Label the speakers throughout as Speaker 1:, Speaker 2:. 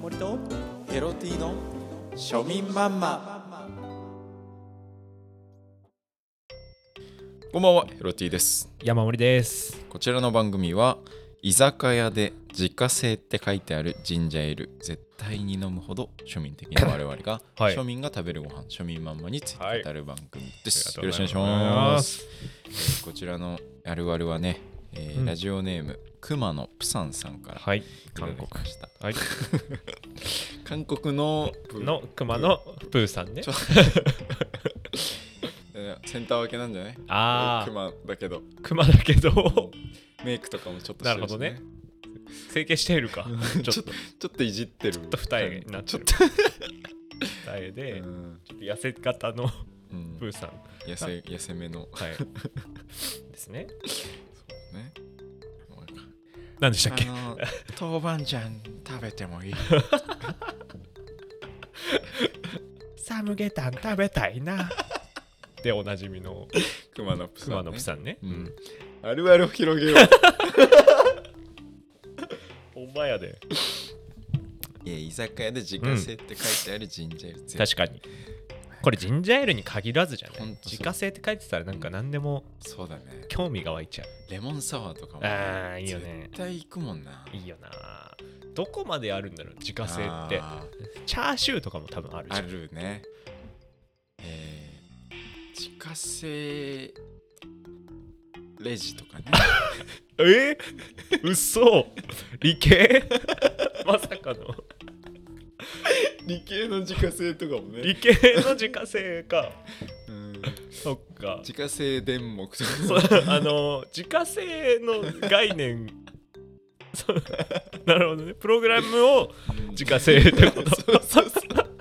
Speaker 1: 森とエロティの庶民マンマ
Speaker 2: こんばんは、ロティです。
Speaker 3: 山森です。
Speaker 2: こちらの番組は、居酒屋で自家製って書いてあるジンジャーエール、絶対に飲むほど庶民的 な我々が、
Speaker 3: はい
Speaker 2: 庶民が食べるご飯、庶民マンマについて語る番組です。よろしくお願いし
Speaker 3: ありがとうござい
Speaker 2: ま。
Speaker 3: ますす。
Speaker 2: こちらのあるあるはね、えー
Speaker 3: うん
Speaker 2: ラジオネーム、熊野プサンさんから
Speaker 3: はい、
Speaker 2: 韓
Speaker 3: 韓
Speaker 2: 国
Speaker 3: 国。
Speaker 2: ました。
Speaker 3: はい、
Speaker 2: 韓国の
Speaker 3: の熊のプーさんね
Speaker 2: ちょ。えーセンター分けなんじゃない
Speaker 3: ああ、
Speaker 2: 熊だけど、
Speaker 3: 熊だけど、
Speaker 2: メイクとかもちょっとして
Speaker 3: な
Speaker 2: し
Speaker 3: るほどね。整形しているか。ちょっ
Speaker 2: ちょ
Speaker 3: と
Speaker 2: っとちょっといじってる。ちょっ
Speaker 3: と二重になってる
Speaker 2: ちょ
Speaker 3: 二重
Speaker 2: っと
Speaker 3: で、
Speaker 2: うん
Speaker 3: ちょっと痩せ型の
Speaker 2: うん
Speaker 3: プーさん。
Speaker 2: 痩せ痩せめの。
Speaker 3: はい。ですね。
Speaker 2: そうね。
Speaker 3: 何でしたっけ
Speaker 2: あ の豆板醤食べてもいい。
Speaker 3: サムゲタン食べたいな。で、おなじみの
Speaker 2: 熊野プサン、
Speaker 3: 熊のプーさんね。
Speaker 2: う
Speaker 3: うんん。
Speaker 2: あるあるを広げよう。
Speaker 3: ほんまやで。
Speaker 2: いや居酒屋で自家製って書いてあるジンジャーエール。
Speaker 3: 確かに。これジンジャーエールに限らずじゃな
Speaker 2: ほ
Speaker 3: い
Speaker 2: んとそう
Speaker 3: 自家製って書いてたらなんか何でも
Speaker 2: そうだね。
Speaker 3: 興味が湧いちゃう。
Speaker 2: レモンサワーとかも。
Speaker 3: あーいいよね
Speaker 2: 絶対行くもんな。
Speaker 3: いいよなどこまであるんだろう自家製って
Speaker 2: あ
Speaker 3: チャーシューとかも多分ある
Speaker 2: ー
Speaker 3: じ
Speaker 2: あ
Speaker 3: ゃん
Speaker 2: るね。えー、自家製レジと かね。
Speaker 3: えー、嘘理系 まさかの
Speaker 2: 理系の自家製とかもね。
Speaker 3: 理系の自家製か
Speaker 2: うん
Speaker 3: そっか
Speaker 2: 自家製電木とか
Speaker 3: そうあの自家製の概念 そうなるほどねプログラムを自家製ってこと
Speaker 2: そうそうそう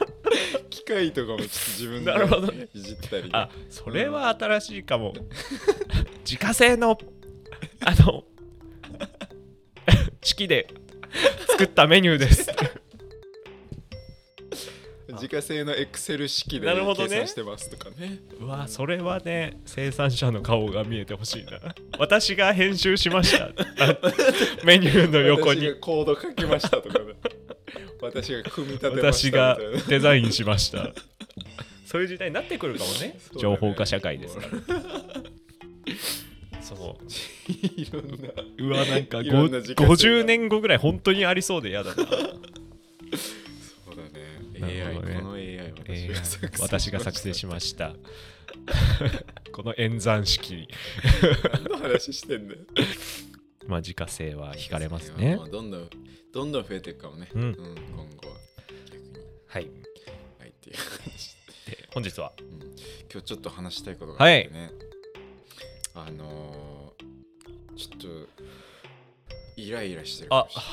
Speaker 2: 機械とかもちょっと自分
Speaker 3: なるほど
Speaker 2: で
Speaker 3: ね
Speaker 2: いじったりね
Speaker 3: あそれは新しいかも自家製のあの 式で作ったメニューです
Speaker 2: 自家製のエクセル式で
Speaker 3: なるほど
Speaker 2: 計
Speaker 3: ね
Speaker 2: 算してますとかね
Speaker 3: うわそれはね生産者の顔が見えてほしいな私が編集しま したあメニューの横
Speaker 2: 私
Speaker 3: に
Speaker 2: がコード書きましたとかね 私が組み立てまし
Speaker 3: 私
Speaker 2: た
Speaker 3: が
Speaker 2: みたいな
Speaker 3: デザインしましたそういう時代になってくるかも
Speaker 2: そ
Speaker 3: ね
Speaker 2: うだね
Speaker 3: 情報化社会ですからそ
Speaker 2: いろんな
Speaker 3: ううわなんか
Speaker 2: い
Speaker 3: ご
Speaker 2: ろんな自家製が
Speaker 3: 50年後ぐらい本当にありそうで嫌だ
Speaker 2: そ
Speaker 3: な
Speaker 2: うだ
Speaker 3: な
Speaker 2: ね
Speaker 3: る
Speaker 2: AI
Speaker 3: ほどね
Speaker 2: この AI
Speaker 3: えー
Speaker 2: 私
Speaker 3: 私
Speaker 2: が
Speaker 3: が
Speaker 2: 作成
Speaker 3: 作成
Speaker 2: し
Speaker 3: し
Speaker 2: ま
Speaker 3: ました この演算
Speaker 2: し
Speaker 3: 式
Speaker 2: た何の話してんだよ
Speaker 3: まあ自家製は引かれます
Speaker 2: いや
Speaker 3: ね
Speaker 2: まあどんどんどんどん増えていくかもね
Speaker 3: うん
Speaker 2: 今後は逆に
Speaker 3: はい
Speaker 2: はいっていう話
Speaker 3: で本日は
Speaker 2: 今日ちょっと話したいことがあってね、あのー、ちょっとイライラしてるかもし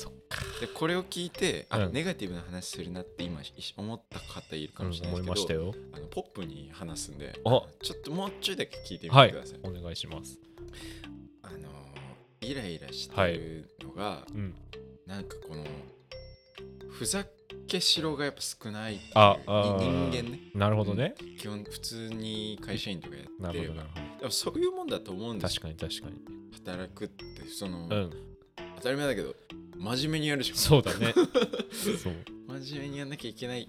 Speaker 3: そっか
Speaker 2: れないねでこれを聞いてあ、
Speaker 3: うん
Speaker 2: ネガティブな話するなって今一思った方いるかもしれない
Speaker 3: 思い
Speaker 2: で
Speaker 3: ますし
Speaker 2: け
Speaker 3: た
Speaker 2: ど、
Speaker 3: よ
Speaker 2: あのポップに話すんで
Speaker 3: あ
Speaker 2: ちょっともうちょいだけ聞いてみ
Speaker 3: は
Speaker 2: て
Speaker 3: い
Speaker 2: ください、
Speaker 3: お願いします
Speaker 2: あのー、イライラしてるのが、
Speaker 3: うん
Speaker 2: なんかこのふざけしろがやっぱ少ないっていう
Speaker 3: ああ
Speaker 2: に
Speaker 3: ー
Speaker 2: 人間ね
Speaker 3: なるほどね
Speaker 2: 基本普通に会社員とかや
Speaker 3: な
Speaker 2: って
Speaker 3: る
Speaker 2: れ
Speaker 3: ほど
Speaker 2: ば
Speaker 3: なるほ
Speaker 2: でもそういうもんだと思うん
Speaker 3: ど
Speaker 2: です
Speaker 3: 確かに確かに
Speaker 2: 働くってその、
Speaker 3: うん
Speaker 2: 当たり前だけど真面目にやるじゃん
Speaker 3: そう だねそう
Speaker 2: 真面目にやんなきゃいけない、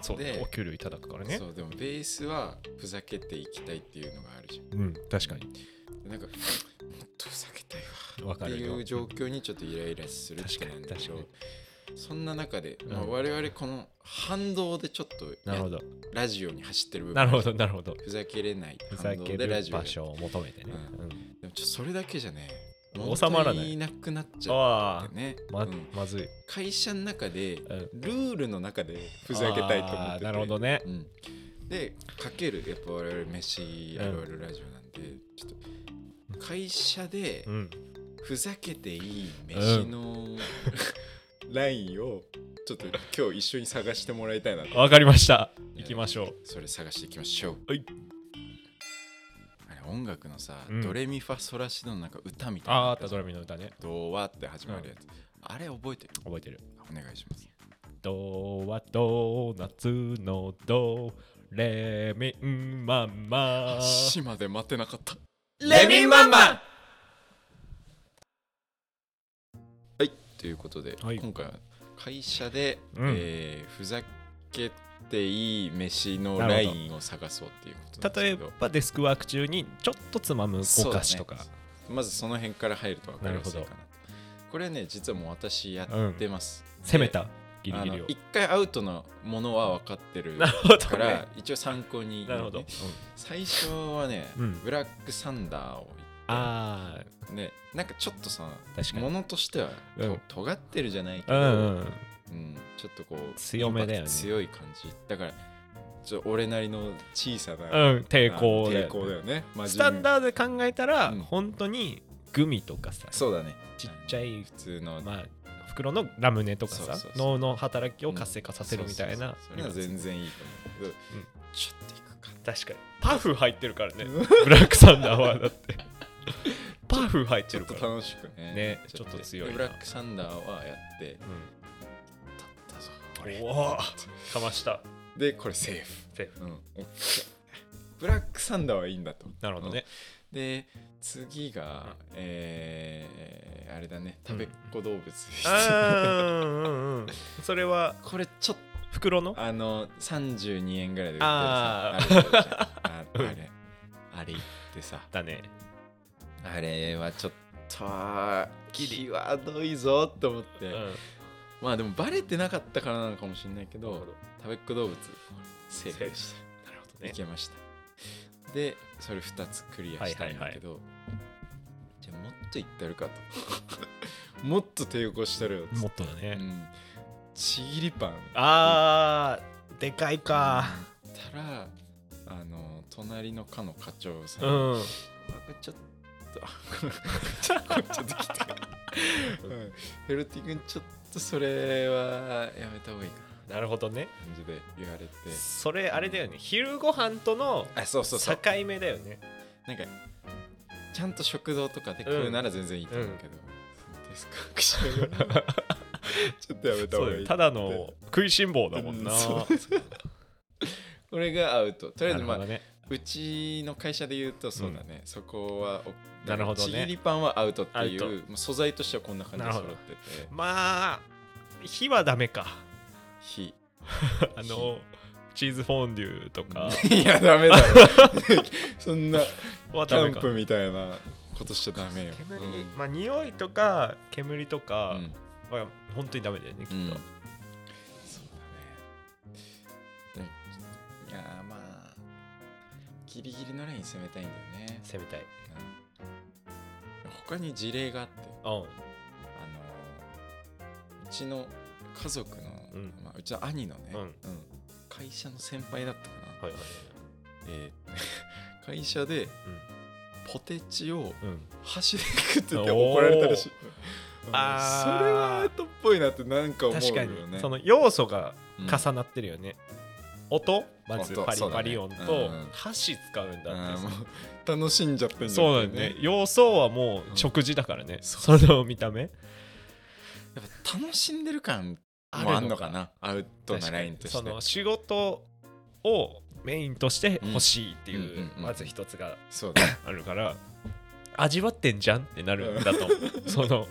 Speaker 3: そう
Speaker 2: で
Speaker 3: ねお給料いただくからね
Speaker 2: そうでもベースはふざけていきたいっていうのがあるじゃ
Speaker 3: うん確かに
Speaker 2: んなんかもっとふざけたい
Speaker 3: わ
Speaker 2: わ
Speaker 3: か
Speaker 2: って
Speaker 3: るよ
Speaker 2: いう状況にちょっとイライラするってなんだけ
Speaker 3: 確かに
Speaker 2: ど
Speaker 3: 確
Speaker 2: そんな中で、
Speaker 3: うん
Speaker 2: まあ、我々この反動でちょっと
Speaker 3: なるほ
Speaker 2: や
Speaker 3: ど
Speaker 2: ラジオに走ってる部分
Speaker 3: なるほどなるほど
Speaker 2: ふざけれない
Speaker 3: ふざ
Speaker 2: 反動
Speaker 3: け
Speaker 2: で
Speaker 3: る
Speaker 2: ラジオや
Speaker 3: 場
Speaker 2: る
Speaker 3: 所を求めてね
Speaker 2: う
Speaker 3: うん
Speaker 2: でもちょっとそれだけじゃね
Speaker 3: 収まらない
Speaker 2: 物足りなくなっちゃ
Speaker 3: あ
Speaker 2: ってね
Speaker 3: あま
Speaker 2: うん
Speaker 3: まずい
Speaker 2: 会社の中で
Speaker 3: うん
Speaker 2: ルールの中でふざけたいと思って
Speaker 3: あー
Speaker 2: て
Speaker 3: なるほどね
Speaker 2: うん、でかけるやっぱ我々飯あるあるラジオなんで、ちょっと会社で
Speaker 3: うん
Speaker 2: ふざけていい飯の、ラインをちょっと今日一緒に探してもらいたいなと
Speaker 3: わかりました行きましょう
Speaker 2: それ探していきましょう
Speaker 3: はい
Speaker 2: あれ音楽のさ、
Speaker 3: うん
Speaker 2: ドレミファソラシドのなんか歌みたいな
Speaker 3: あーあったドラミの歌ね
Speaker 2: ドワって始まるやつ、あれ覚えてる
Speaker 3: 覚えてる
Speaker 2: お願いします
Speaker 3: ドはドーナツのドレミンマンマ
Speaker 2: 島で待てなかった
Speaker 3: レミンマンマン
Speaker 2: はいということで、
Speaker 3: はい
Speaker 2: 今回は会社で、
Speaker 3: うん
Speaker 2: えーふざけていい飯のラインを探そうっていうことなんで
Speaker 3: 例え
Speaker 2: すけど
Speaker 3: ばデスクワーク中にちょっとつまむお菓子とか
Speaker 2: そうだねまずその辺から入ると分かりやすいかな
Speaker 3: なる
Speaker 2: これね実はもう私やってます、
Speaker 3: 攻めたギリギ
Speaker 2: あ
Speaker 3: リ
Speaker 2: の
Speaker 3: を
Speaker 2: 一回アウトのものは分かってる
Speaker 3: なるほ
Speaker 2: か
Speaker 3: ど
Speaker 2: ら、
Speaker 3: ね
Speaker 2: 一応参考に
Speaker 3: なるほど、うん
Speaker 2: 最初はね、
Speaker 3: うん
Speaker 2: ブラックサンダーを
Speaker 3: あ
Speaker 2: ねなんかちょっとさ
Speaker 3: 確かに
Speaker 2: ものとしては、
Speaker 3: うん
Speaker 2: と尖ってるじゃないけ
Speaker 3: あう
Speaker 2: ど、
Speaker 3: んうん
Speaker 2: うんちょっとこう
Speaker 3: 強めだ
Speaker 2: イ
Speaker 3: よね
Speaker 2: ンパクト強い感じだからちょ俺なりの小さな、
Speaker 3: うん抵抗だよね
Speaker 2: 抵抗だよね真面目
Speaker 3: スタンダードで考えたら、
Speaker 2: うん
Speaker 3: 本当にグミとかさ
Speaker 2: そうだね
Speaker 3: ちっちゃい
Speaker 2: 普通の、
Speaker 3: まあ、袋のラムネとかさ
Speaker 2: そうそうそう
Speaker 3: 脳の働きを活性化させるみた
Speaker 2: そ
Speaker 3: いな、
Speaker 2: うそうそうそれは全然いいと思うけど、
Speaker 3: ん
Speaker 2: ちょっといくか
Speaker 3: 確かにパフ入ってるからね ブラックサンダーはだ ってパフ入っ
Speaker 2: ち
Speaker 3: て
Speaker 2: ょっ
Speaker 3: るか
Speaker 2: と
Speaker 3: ら、
Speaker 2: 楽しくね
Speaker 3: ねちょっと強いな
Speaker 2: ブラックサンダーはやって
Speaker 3: う
Speaker 2: たぞ
Speaker 3: ん、おおかました
Speaker 2: でこれセーフ
Speaker 3: セーフ
Speaker 2: うん、オッケーブラックサンダーはいいんだと
Speaker 3: なるほどね、
Speaker 2: うんで次が、えー、あれだね食べっ子動物、
Speaker 3: うんうんうんそれは
Speaker 2: これちょっ
Speaker 3: 袋の
Speaker 2: とあの32円ぐらいで売ってる
Speaker 3: あ
Speaker 2: さ
Speaker 3: ー
Speaker 2: あ れあるじゃんああれあれ行ってさ
Speaker 3: だね
Speaker 2: あれはちょっとキははどいぞと思って、
Speaker 3: うん
Speaker 2: まあでもバレてなかったからなのかもしれないけ
Speaker 3: なる
Speaker 2: ど
Speaker 3: ほど
Speaker 2: 食べっ子動物セーフでし
Speaker 3: なるほ
Speaker 2: たいけましたでそれ2つクリアしたんだけど、じゃあもっといってやるかと もっと抵抗してるよ
Speaker 3: もっとだね、
Speaker 2: うん、ちぎりパン
Speaker 3: あーでかいか
Speaker 2: たらあの隣の課の課長さ、
Speaker 3: うんん、
Speaker 2: ちょっと あちょっとこっちょっと来た、うん、ヘルティ君ちょっとそれはやめた方がいいかな
Speaker 3: なるほどね
Speaker 2: 感じで言われて
Speaker 3: それあれだよね昼ご飯との
Speaker 2: あそうそうそう
Speaker 3: 境目だよね
Speaker 2: なんかちゃんと食堂とかで食うなら全然いいと思うけど、デスクワークしな がらちょっとやめた方
Speaker 3: そう
Speaker 2: が
Speaker 3: だ
Speaker 2: い
Speaker 3: よ
Speaker 2: い
Speaker 3: ただの食いしん坊だもんな、
Speaker 2: うんそう これがアウトとりあえ
Speaker 3: な
Speaker 2: ず
Speaker 3: る
Speaker 2: ま
Speaker 3: ほ
Speaker 2: あ
Speaker 3: どね
Speaker 2: うちの会社で言うとそうだね、そこはお
Speaker 3: なるほどね
Speaker 2: ちぎりパンはアウトってい
Speaker 3: アウ
Speaker 2: うもう素材としてはこんな感じで
Speaker 3: なる
Speaker 2: 揃っ
Speaker 3: ほど
Speaker 2: てて
Speaker 3: まあ火はダメ か
Speaker 2: 火
Speaker 3: あのチーズフォンデュとか
Speaker 2: いやダ メだよそんな
Speaker 3: は
Speaker 2: キ
Speaker 3: ダ
Speaker 2: ャ
Speaker 3: メ
Speaker 2: ン
Speaker 3: か
Speaker 2: プみたいなことしちゃダメよ、
Speaker 3: 煙、まあ匂いとか煙と
Speaker 2: うん
Speaker 3: か
Speaker 2: うん
Speaker 3: は本当にダメだよねきっ
Speaker 2: う
Speaker 3: と、
Speaker 2: んそうだねでいやーまあギリギリのライン攻めたいんだよね、
Speaker 3: 攻めたい
Speaker 2: うん他に事例があって
Speaker 3: うん
Speaker 2: あのーうちの家族の、
Speaker 3: うん
Speaker 2: まあ、うちの兄のね、
Speaker 3: うん
Speaker 2: 会社の先輩だったかな、
Speaker 3: はいはい
Speaker 2: えー 会社でポテチを
Speaker 3: うん
Speaker 2: 箸で食ってて怒られたらしい、うん
Speaker 3: あー
Speaker 2: それはアートっぽいなってなんか思う
Speaker 3: 確か
Speaker 2: よ
Speaker 3: に、
Speaker 2: ね
Speaker 3: その要素が
Speaker 2: うん
Speaker 3: 重なってるよね、音まず
Speaker 2: 音
Speaker 3: パリ
Speaker 2: そうだ
Speaker 3: パ
Speaker 2: ね
Speaker 3: リ音と、
Speaker 2: うんうん
Speaker 3: 箸使うん
Speaker 2: あ
Speaker 3: だっ
Speaker 2: ー
Speaker 3: て
Speaker 2: もう楽しんじゃってんじゃ
Speaker 3: そうだ
Speaker 2: ん
Speaker 3: よね要素はもう食事だからね、
Speaker 2: そう
Speaker 3: その見た目
Speaker 2: やっぱ楽しんでる感もあんのかなアウトなラインとして
Speaker 3: その仕事をメインとして欲しいっていう,、
Speaker 2: うんうんうんうん
Speaker 3: まず一つが
Speaker 2: そうだね
Speaker 3: あるから味わってんじゃんってなるんだと思 う、その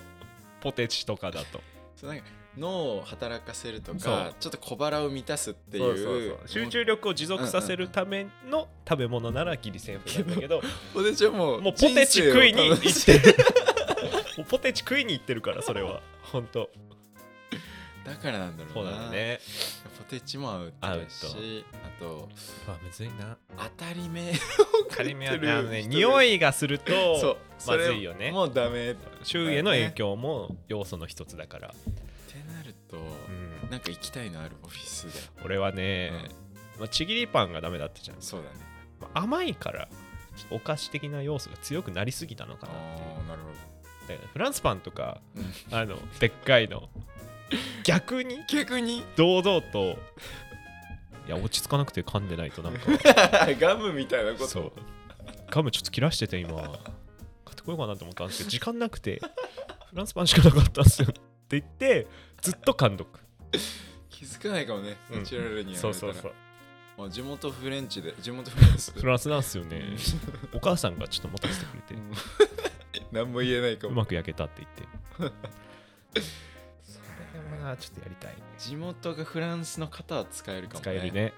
Speaker 3: ポテチとかだと
Speaker 2: そうなんか脳を働かせると
Speaker 3: そう
Speaker 2: かちょっと小腹を満たすっていう
Speaker 3: そうそうそう集中力を持続させ
Speaker 2: う
Speaker 3: る
Speaker 2: んうんうん
Speaker 3: ための食べ物ならギリセーフなんだけど
Speaker 2: ポテチはもう
Speaker 3: もうポテチ食いに行
Speaker 2: 人
Speaker 3: って
Speaker 2: 生を楽し
Speaker 3: る もうポテチ食いに行ってるからそれは本当
Speaker 2: むだからなんだろう
Speaker 3: そう
Speaker 2: な
Speaker 3: なんだね
Speaker 2: ポテチも合う
Speaker 3: 合うと
Speaker 2: しあと
Speaker 3: まあむずいな
Speaker 2: 当たり目
Speaker 3: 仮面
Speaker 2: 食ってる
Speaker 3: はね
Speaker 2: 人が
Speaker 3: 匂いがする
Speaker 2: そう
Speaker 3: とま
Speaker 2: それ
Speaker 3: ずいよね
Speaker 2: もうダメって
Speaker 3: 周囲への影響も要素の一つだから、
Speaker 2: なると
Speaker 3: うん
Speaker 2: なんか行きたいのあるオフィスだよ
Speaker 3: 俺はね、まあ、ちぎりパンがダメだったじゃん、
Speaker 2: そうだね
Speaker 3: まあ甘いからお菓子的な要素が強くなりすぎたのかなっていう
Speaker 2: あーなるほど
Speaker 3: だからフランスパンとか
Speaker 2: うん
Speaker 3: あのでっかいの逆に
Speaker 2: 逆 に
Speaker 3: 堂々といや落ち着かなくて噛んでないとなん か
Speaker 2: ガムみたいなこと
Speaker 3: そうガムちょっと切らしてて今買ってこようかなと思ったんですけど時間なくてフランスパンしかなかったんですよって言ってずっと噛んどく
Speaker 2: 気づかないかもね
Speaker 3: うん
Speaker 2: ナチュラルにやら
Speaker 3: そう
Speaker 2: れた
Speaker 3: そ
Speaker 2: ら
Speaker 3: うそう
Speaker 2: もう地元フレンチで地元フレンチ
Speaker 3: フランスなんですよねお母さんがちょっと持たせてくれて
Speaker 2: 何も言えないか
Speaker 3: う
Speaker 2: も
Speaker 3: まく焼けたって言ってそれははちょっとやりたいね。
Speaker 2: 地元がフランスの方は使えるかもね
Speaker 3: 使えるね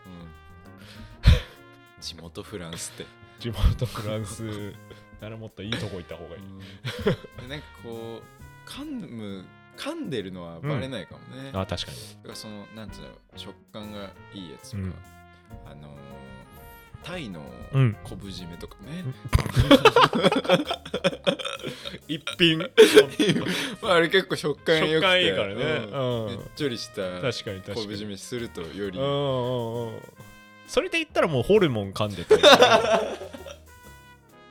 Speaker 2: うん地元フランスって
Speaker 3: 地元フランスならもっといいとこ行った方がいい。
Speaker 2: でなんかこう噛む噛んでるのはバレないかもね、だか
Speaker 3: あ、確かに。
Speaker 2: らそのなんつうんだろう食感がいいやつとか、
Speaker 3: うん
Speaker 2: あのータイの
Speaker 3: うん
Speaker 2: 昆布締めとかね、
Speaker 3: 一 品。
Speaker 2: まあ、あれ結構食感良くて
Speaker 3: 食感いいから
Speaker 2: うん
Speaker 3: ねうん
Speaker 2: ねっちょりした
Speaker 3: 確かに確か
Speaker 2: 昆布
Speaker 3: に。
Speaker 2: 締めするとより
Speaker 3: うんうんうん。それで言ったらもうホルモン噛んでて。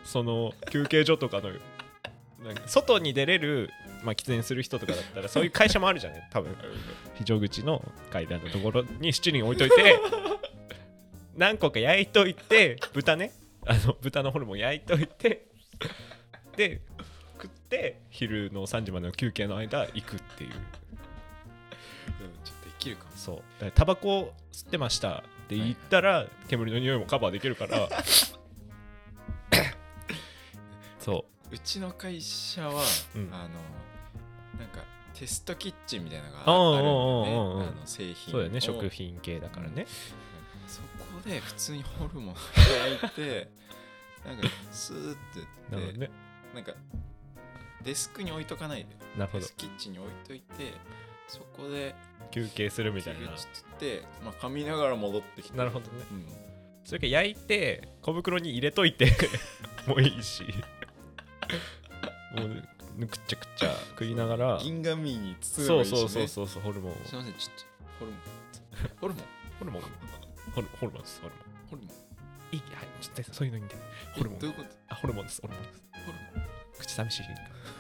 Speaker 3: その休憩所とかの。なんか外に出れる、まあ、喫煙する人とかだったらそういう会社もあるじゃない多分非常口の階段のところに7人置いとい て何個か焼いといて豚ねあの豚のホルモン焼いといてで食って昼の3時までの休憩の間行くっていう
Speaker 2: うんちょっとできるかも
Speaker 3: そうだからタバコ吸ってましたって言ったら煙の匂いもカバーできるから そう
Speaker 2: ちの会社は、
Speaker 3: うん
Speaker 2: あのなんかテストキッチンみたいなのが
Speaker 3: あ
Speaker 2: あるのね
Speaker 3: うんうんうんうん
Speaker 2: あの製
Speaker 3: う
Speaker 2: 品
Speaker 3: そうだよね
Speaker 2: を
Speaker 3: 食品系だからね
Speaker 2: そこで普通にホルモンを焼いてなんかスーって
Speaker 3: な
Speaker 2: やっ
Speaker 3: る
Speaker 2: て
Speaker 3: ほどね
Speaker 2: なんかデスクに置いとかないで
Speaker 3: なるほ
Speaker 2: デ
Speaker 3: ど
Speaker 2: スクキッチンに置いといてそこで
Speaker 3: 休憩するみたい
Speaker 2: 切り
Speaker 3: な
Speaker 2: 口ってって、まあ、噛みながら戻ってきて
Speaker 3: なるほどね
Speaker 2: うん
Speaker 3: それか焼いて小袋に入れとい てもいいしもうねくっちゃくっちゃ食いながら
Speaker 2: 銀紙に包む
Speaker 3: そう
Speaker 2: いいし、ね、
Speaker 3: そうそうそうそうホルモンを
Speaker 2: すいませんちょっとホルモンホルモン
Speaker 3: ホルモンホルホルモンですホルモン
Speaker 2: ホルモン
Speaker 3: いいはいちょっとそういうのいいんでホルモン
Speaker 2: どういうこと
Speaker 3: あホルモンですホルモンです
Speaker 2: ホルモン
Speaker 3: 口寂しい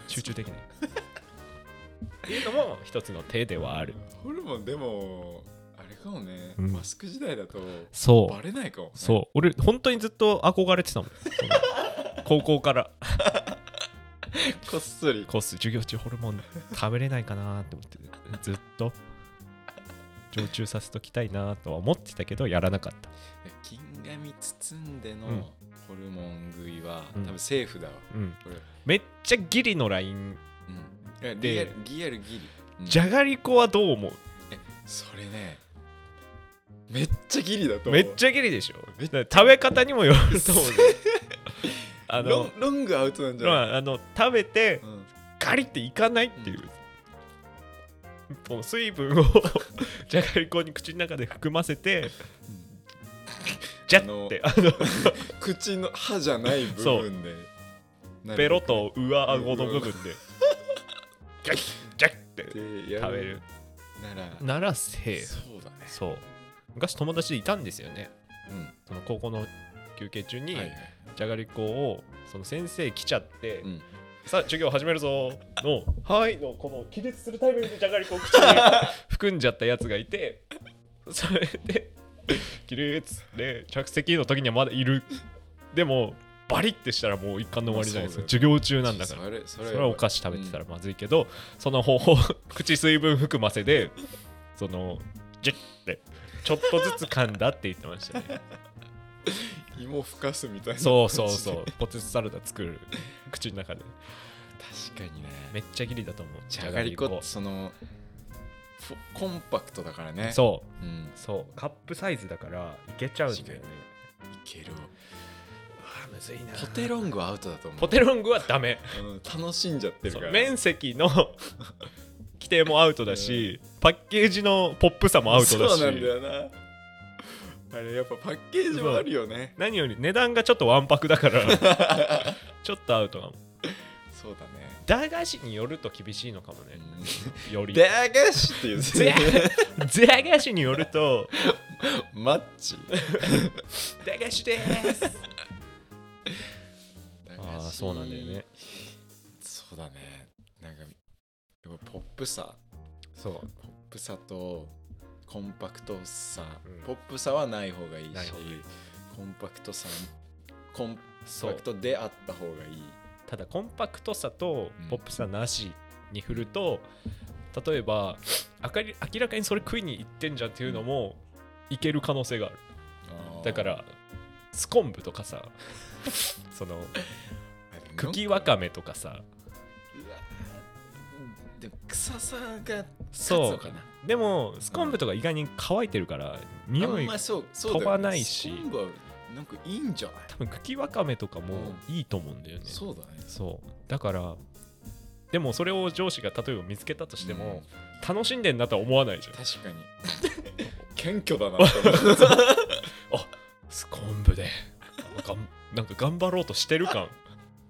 Speaker 3: 集中できないっていうのも一つの手ではある
Speaker 2: ホルモンでもあれかもね、
Speaker 3: うん
Speaker 2: マスク時代だと
Speaker 3: そう
Speaker 2: バレないかも、ね、
Speaker 3: そう、俺本当にずっと憧れてたもんその高校から
Speaker 2: こっそり
Speaker 3: コース授業中ホルモン食べれないかなって思ってずっと常駐させときたいなとは思ってたけどやらなかった
Speaker 2: 金紙包んでの
Speaker 3: うん
Speaker 2: ホルモン食いは、
Speaker 3: うん
Speaker 2: 多分セーフだわ
Speaker 3: うん
Speaker 2: これ、
Speaker 3: めっちゃギリのライン
Speaker 2: うん、いやリアルリアルギリ、うん
Speaker 3: じゃがりこはどう思
Speaker 2: それねめっちゃギリだと思う
Speaker 3: うめっちゃギリでしょ
Speaker 2: めっち
Speaker 3: だから食べ方にもよると思う よあ
Speaker 2: ロ
Speaker 3: の
Speaker 2: ンロングアウトなんじゃ
Speaker 3: ま
Speaker 2: ない、
Speaker 3: ああの食べて
Speaker 2: うん
Speaker 3: ガリっていかないっていう、もう水 分をじゃがりこに口の中で含ませてジャッてあの
Speaker 2: 口の歯じゃない部分でなる
Speaker 3: ベロと上顎の部分 でジャッジャッって
Speaker 2: でや
Speaker 3: 食べる
Speaker 2: なら
Speaker 3: ならせえ
Speaker 2: そうだね
Speaker 3: そう昔友達でいたんですよね
Speaker 2: うん
Speaker 3: その高校の休憩中に
Speaker 2: はいはい
Speaker 3: じゃがりこをその先生来ちゃって、
Speaker 2: うん
Speaker 3: さあ授業始めるぞの「 はい」のこの気絶するタイミングでじゃがりこを口に 含んじゃったやつがいてそれで起立で着席の時にはまだいるでもバリってしたらもう一貫の終わりじゃないですか、
Speaker 2: まあそう
Speaker 3: 授業中なんだから
Speaker 2: それそ
Speaker 3: そ
Speaker 2: れ
Speaker 3: れはお菓子食べてたらまずいけど、その方法 口水分含ませでそのジュッてちょっとずつ噛んだって言ってましたね
Speaker 2: 芋ふかすみたいな
Speaker 3: そうそうそうポテトサラダ作る口の中で
Speaker 2: 確かにね
Speaker 3: めっちゃギリだと思う
Speaker 2: じゃがりこそのフォコンパクトだからねう、
Speaker 3: そ
Speaker 2: ん、いう
Speaker 3: そうカップサイズだからいけちゃうんだよね
Speaker 2: ける
Speaker 3: あむずいな
Speaker 2: ポテロングはアウトだと思う
Speaker 3: ポテロングはダメ
Speaker 2: うん楽しんじゃってるか
Speaker 3: そう
Speaker 2: ら
Speaker 3: 面積 の規定もアウトだし、パッケージのポップさもアウトだし
Speaker 2: そうなんだよなあれやっぱパッケージもあるよね
Speaker 3: 何より値段がちょっとわんぱくだから ちょっとアウトかも
Speaker 2: そうだね
Speaker 3: 駄菓子によると厳しいのかもねより
Speaker 2: であがしっていう
Speaker 3: ぜ駄菓子によると
Speaker 2: マッチ
Speaker 3: 駄菓子です
Speaker 2: 駄
Speaker 3: ああ
Speaker 2: 菓子
Speaker 3: そうなんだよね
Speaker 2: そうだねなんかやっぱポップさ
Speaker 3: そ
Speaker 2: ポップさとコンパクトさ、
Speaker 3: うん
Speaker 2: ポップさはない方がいいし
Speaker 3: ない方がいい
Speaker 2: コンパクトさコン
Speaker 3: そ
Speaker 2: パ
Speaker 3: う
Speaker 2: クトであった方がいい
Speaker 3: ただコンパクトさと
Speaker 2: うん
Speaker 3: ポップさなしに振ると、例えばあかり明らかにそれ食いに行ってんじゃんっていうのもいける可能性があるだからスコンブと かさその茎わかめとかさ
Speaker 2: でも臭さが
Speaker 3: そう
Speaker 2: 勝つのかな
Speaker 3: でもスコンブとか意外に乾いてるから匂
Speaker 2: あん
Speaker 3: い
Speaker 2: まそうそうだよね
Speaker 3: 飛ばないし
Speaker 2: スコーンはなんかいいんじゃない、
Speaker 3: 多分茎わかめとかもいいと思うんだよね、
Speaker 2: そうだね
Speaker 3: そうだからでもそれを上司が例えば見つけたとしても、楽しんでんなとは思わないじゃん
Speaker 2: 確かに謙虚だな って思う
Speaker 3: スコンブでがんなんか頑張ろうとしてる感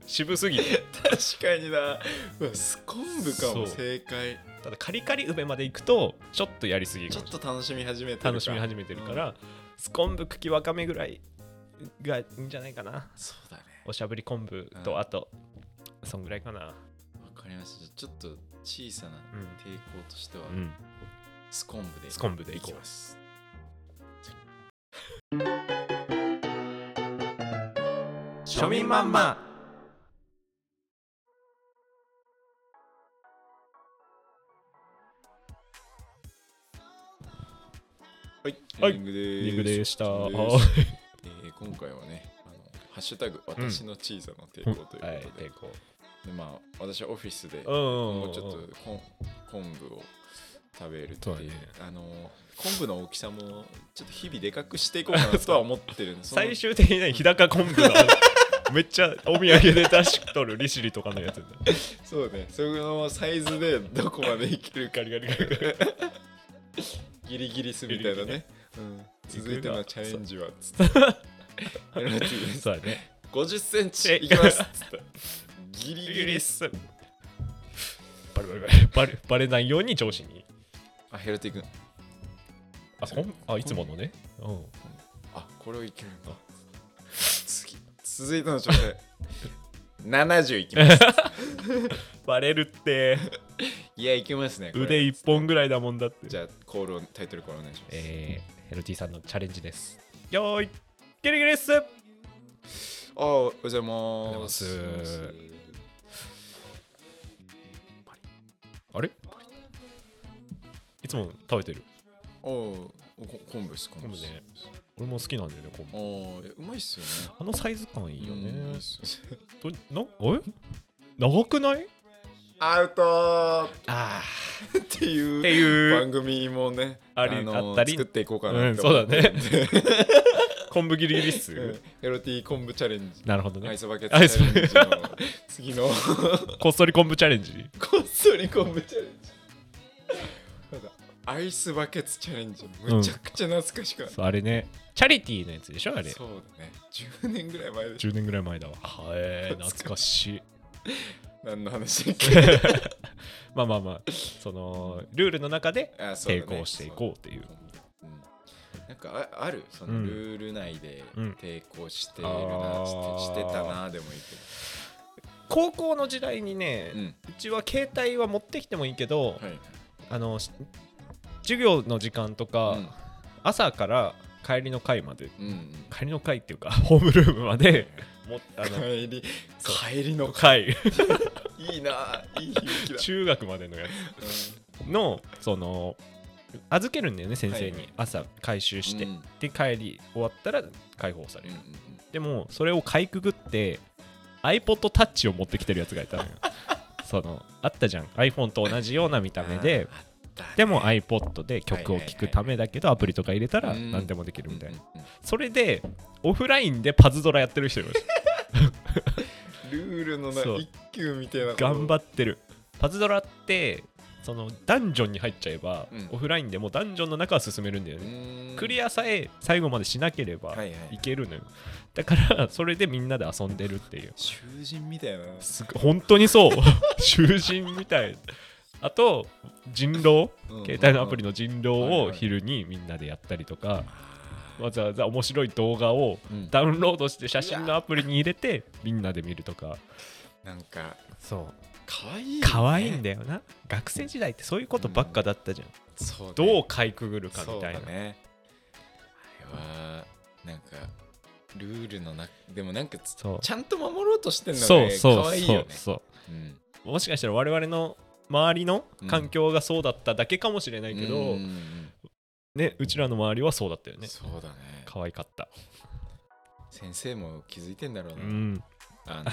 Speaker 3: 渋すぎて
Speaker 2: 確かになうわスコンブか
Speaker 3: そ
Speaker 2: も
Speaker 3: う
Speaker 2: 正解
Speaker 3: ただカリカリ梅まで行くとちょっとやりすぎ
Speaker 2: ちょっと楽しみ始めてるか
Speaker 3: 楽しみ始めてるから、スコンブ茎わかめぐらいがいいんじゃないかな
Speaker 2: そうだね
Speaker 3: おしゃぶり昆布
Speaker 2: う
Speaker 3: と
Speaker 2: ん
Speaker 3: あと、そんぐらいかな
Speaker 2: わかりましたじゃあちょっと小さな
Speaker 3: うん
Speaker 2: 抵抗としては、
Speaker 3: うん
Speaker 2: スコンブで
Speaker 3: スコンブで
Speaker 2: い
Speaker 3: いこ
Speaker 2: き
Speaker 3: う
Speaker 2: ます
Speaker 1: 庶民マンマ
Speaker 2: はい
Speaker 3: はい
Speaker 2: エンディングで
Speaker 3: リングでした
Speaker 2: エンディングで
Speaker 3: は
Speaker 2: す
Speaker 3: い
Speaker 2: えー今回はねあのハッシュタグ私の小さな抵抗ということで,、
Speaker 3: 抵抗
Speaker 2: でまあ私はオフィスで
Speaker 3: うん
Speaker 2: もうちょっとこん昆布を食べるってい
Speaker 3: そう
Speaker 2: う
Speaker 3: だね
Speaker 2: あの昆布の大きさもちょっと日々でかくしていこうかなとは思ってるんで その
Speaker 3: 最終的に日高昆布がめっちゃお土産で出しとる利尻とかのやつだ
Speaker 2: そうねそのサイズでどこまでいけるか
Speaker 3: ガリガリガリガリ
Speaker 2: ギリギリするみたいなね うん、続いてのチャレンジはつってやられてるんです
Speaker 3: そうだね
Speaker 2: 50センチいきます っつってギリギリ
Speaker 3: スバレバレバレバレバレないように上司に
Speaker 2: あヘルティ君
Speaker 3: あほんあいつものねうん
Speaker 2: あこれをいけるんだ 次続いての挑 戦70いき ます
Speaker 3: バレるって
Speaker 2: いやいけますねこれ
Speaker 3: 腕一本ぐらいだもんだって
Speaker 2: じゃあコールをタイトルコールお願いします、
Speaker 3: えー、ヘルティさんのチャレンジですよーいギリギリっすあ
Speaker 2: あおはようございます
Speaker 3: おはようございますれいつも食べてる
Speaker 2: おおこ昆布です昆布です
Speaker 3: 昆俺も好きなんだよね昆布
Speaker 2: おおうまいっすよね
Speaker 3: あのサイズ感いいよね、
Speaker 2: うんうまいっすよね
Speaker 3: どなえ長くない
Speaker 2: アウト
Speaker 3: あ
Speaker 2: ーっていう
Speaker 3: っていう
Speaker 2: 番組もね
Speaker 3: あり
Speaker 2: の
Speaker 3: あったり
Speaker 2: 作っていこうか
Speaker 3: あ
Speaker 2: な
Speaker 3: う
Speaker 2: っ
Speaker 3: ん
Speaker 2: て
Speaker 3: そう
Speaker 2: 思
Speaker 3: だ
Speaker 2: って
Speaker 3: ね 昆布ギリギリっ
Speaker 2: うん
Speaker 3: す
Speaker 2: ヘロティ昆布チャレンジ
Speaker 3: なるほど
Speaker 2: ア
Speaker 3: ね
Speaker 2: イスバケツチャレンジの次 の
Speaker 3: こっそり昆布チャレンジ
Speaker 2: こっそり昆布チャレンジただアイスバケツチャレンジむちゃくちゃ懐かしくない、
Speaker 3: そうあれねチャリティーのやつでしょあれ
Speaker 2: そうだね10年ぐらい前で
Speaker 3: 10年ぐらい 前だわはえー懐かしい
Speaker 2: 何の話だっ け
Speaker 3: まあまあまあそのルールの中で
Speaker 2: あそう
Speaker 3: 抵
Speaker 2: だね
Speaker 3: 抗していこうっていう
Speaker 2: うんなんかああるその
Speaker 3: うん
Speaker 2: ルール内で
Speaker 3: うん
Speaker 2: 抵抗してるな、
Speaker 3: あー
Speaker 2: してしてたなでもいいけ
Speaker 3: 高校の時代にね、
Speaker 2: ど、うん
Speaker 3: うちは携帯は持ってきてもいいけど、
Speaker 2: はい
Speaker 3: あのし授業の時間とか、
Speaker 2: うん
Speaker 3: 朝から帰りの会まで
Speaker 2: うんうん、
Speaker 3: 帰りの会っていうかホームルームまでもあの
Speaker 2: 帰り帰りの
Speaker 3: 会
Speaker 2: いいないい響きだ、
Speaker 3: 中学までのやつのその預けるんだよね先生に、
Speaker 2: はいはい
Speaker 3: 朝回収して、
Speaker 2: うん
Speaker 3: で帰り終わったら解放され
Speaker 2: うん
Speaker 3: る、
Speaker 2: うん
Speaker 3: でもそれをかいくぐって iPod タッチを持ってきてるやつが いたのよそのあったじゃん iPhone と同じような見た 目で
Speaker 2: あったね
Speaker 3: でも iPod で曲を聴くためだけどアプリとか入れたら何でもできるみたいな
Speaker 2: うんうん
Speaker 3: それでオフラインでパズドラやってる人いま し
Speaker 2: うんルールのな
Speaker 3: そう
Speaker 2: 一級みたいな
Speaker 3: た頑張
Speaker 2: っ
Speaker 3: ってるパズドラってそのダンジョンに入っちゃえば
Speaker 2: うん
Speaker 3: オフラインでもダンジョンの中は進めるんだよねクリ
Speaker 2: ア
Speaker 3: アさえ最後までしなければ
Speaker 2: はいはい
Speaker 3: いけるのよだからそれでみんなで遊んでるっていう
Speaker 2: 囚人みたいな
Speaker 3: すごい本当 にそう囚人みたいあと人狼
Speaker 2: うん
Speaker 3: 携帯のアプリの人
Speaker 2: はい
Speaker 3: 狼
Speaker 2: は
Speaker 3: を
Speaker 2: い
Speaker 3: 昼にみんなでやったりとかわざわざ面白い動画を
Speaker 2: うん
Speaker 3: ダウンロードして写真のアプリに入れてみんなで見るとか
Speaker 2: なんか
Speaker 3: そ
Speaker 2: 可愛い、
Speaker 3: う
Speaker 2: ね、
Speaker 3: 可愛いんだよな学生時代ってそういうことばっかだったじゃん
Speaker 2: そうね
Speaker 3: どうかいくぐるか
Speaker 2: そう
Speaker 3: みたいな
Speaker 2: だねあれはなんかルールのなでもなんかつ
Speaker 3: そう
Speaker 2: ちゃんと守ろうとしてんのが
Speaker 3: そう
Speaker 2: ね
Speaker 3: そう
Speaker 2: 可愛い
Speaker 3: そ
Speaker 2: よ
Speaker 3: う
Speaker 2: ね
Speaker 3: そう
Speaker 2: うん
Speaker 3: もしかしたら我々の周りの環境がそうだっただけかもしれないけど、
Speaker 2: うんうんうん
Speaker 3: ねうちらの周りはそうだったよね
Speaker 2: そうだね
Speaker 3: 可愛かった
Speaker 2: 先生も気づいてんだろう
Speaker 3: う
Speaker 2: な、
Speaker 3: ん
Speaker 2: あの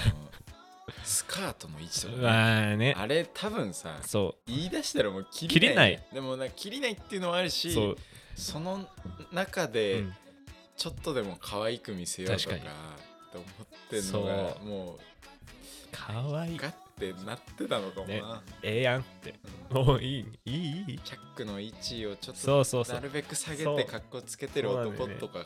Speaker 2: スカートの位置とかね、
Speaker 3: まあね
Speaker 2: あれ多分さ
Speaker 3: そ
Speaker 2: 言い出したらもう切れない,、
Speaker 3: 切
Speaker 2: でもなんか切れないっていうのはある
Speaker 3: う
Speaker 2: し
Speaker 3: そう
Speaker 2: そ、の中で、
Speaker 3: うん
Speaker 2: ちょっとでも可愛く見せようとか
Speaker 3: 確か
Speaker 2: と思ってんのが
Speaker 3: そう
Speaker 2: も
Speaker 3: かわいうい
Speaker 2: ガッてなってたのかもな、
Speaker 3: ねええやんってもういいいいいい
Speaker 2: チャックの位置をちょっ
Speaker 3: そう
Speaker 2: と
Speaker 3: そうそう
Speaker 2: なるべく下げ
Speaker 3: そう
Speaker 2: て格好つけてる
Speaker 3: そう
Speaker 2: 男
Speaker 3: なんだ
Speaker 2: とか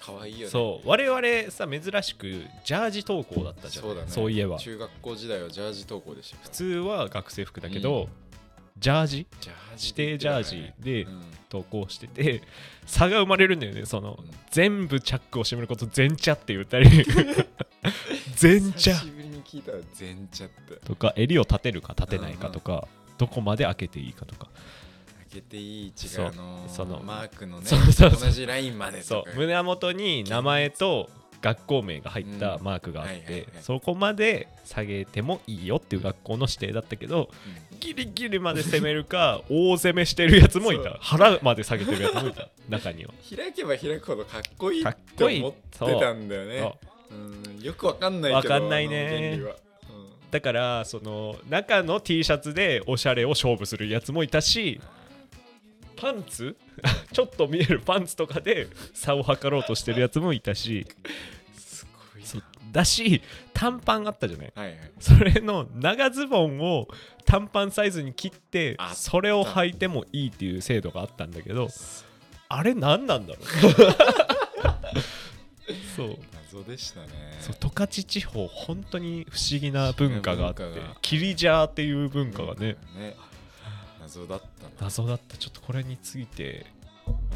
Speaker 2: 可愛いよね
Speaker 3: そう我々さ珍しくジャージ投稿だったじゃん
Speaker 2: そうだね
Speaker 3: そういえば
Speaker 2: 中学校時代はジャージ投稿でしたから
Speaker 3: 普通は学生服だけど、ジャージ
Speaker 2: ジャージ
Speaker 3: 指定ジャージで
Speaker 2: うん
Speaker 3: 投稿してて差が生まれるんだよねその、
Speaker 2: うん
Speaker 3: 全部チャックを閉めること全茶って言 ったり全茶
Speaker 2: 久しぶりに聞いたら全茶って
Speaker 3: とか襟を立てるか立てないかとか、どこまで開けていいかとか、
Speaker 2: 開けていい位置
Speaker 3: そう
Speaker 2: があのー
Speaker 3: その
Speaker 2: マークのね
Speaker 3: そうそうそう
Speaker 2: 同じラインまで
Speaker 3: そ
Speaker 2: とか
Speaker 3: う胸元に名前と学校名が入った
Speaker 2: うん
Speaker 3: マークがあって、
Speaker 2: はいはいはい
Speaker 3: そこまで下げてもいいよっていう学校の指定だったけどギリギリまで攻めるか大攻めしてるやつもい
Speaker 2: そ
Speaker 3: た
Speaker 2: う
Speaker 3: 腹まで下げてるやつもい た中には、
Speaker 2: うん開けば開くほどかっこいい
Speaker 3: かっ
Speaker 2: っ
Speaker 3: こいい
Speaker 2: て思ってたんだよね
Speaker 3: そう
Speaker 2: うんよくわかんないけど
Speaker 3: わかんないね
Speaker 2: あの原理はうん
Speaker 3: だからその中の T シャツでおしゃれを勝負するやつもいたしパンツ ちょっと見えるパンツとかで差を測ろうとしてるやつもいたし
Speaker 2: すごい
Speaker 3: そう
Speaker 2: な
Speaker 3: だし短パンあったじゃない
Speaker 2: はいはい
Speaker 3: それの長ズボンを短パンサイズに切って
Speaker 2: あった
Speaker 3: それを履いてもいいっていう制度があったんだけどあれ何なんだろう そう
Speaker 2: 謎でしたね
Speaker 3: そう十勝地方本当に不思議な文化があって
Speaker 2: 不思議な文化が
Speaker 3: キリジャーっていう文化がね
Speaker 2: 謎だったな
Speaker 3: 謎だったちょっとこれについて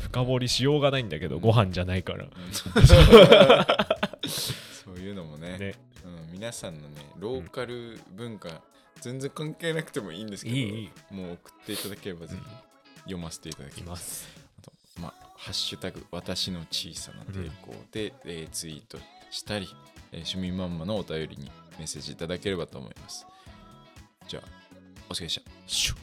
Speaker 3: 深掘りしようがないんだけどご飯じゃないから
Speaker 2: そういうのもね
Speaker 3: ね
Speaker 2: うん、皆さんのねローカル文化、全然関係なくてもいいんですけど
Speaker 3: いいいい
Speaker 2: もう送っていただければぜ
Speaker 3: うん
Speaker 2: ひ読ませていただき
Speaker 3: い
Speaker 2: ます、
Speaker 3: ます
Speaker 2: あとまあ、ハッシュタグ私の小さな抵抗で、えーツイートしたり、えー趣味まんまのお便りにメッセージいただければと思いますじゃあお疲れ様でした
Speaker 3: シュッ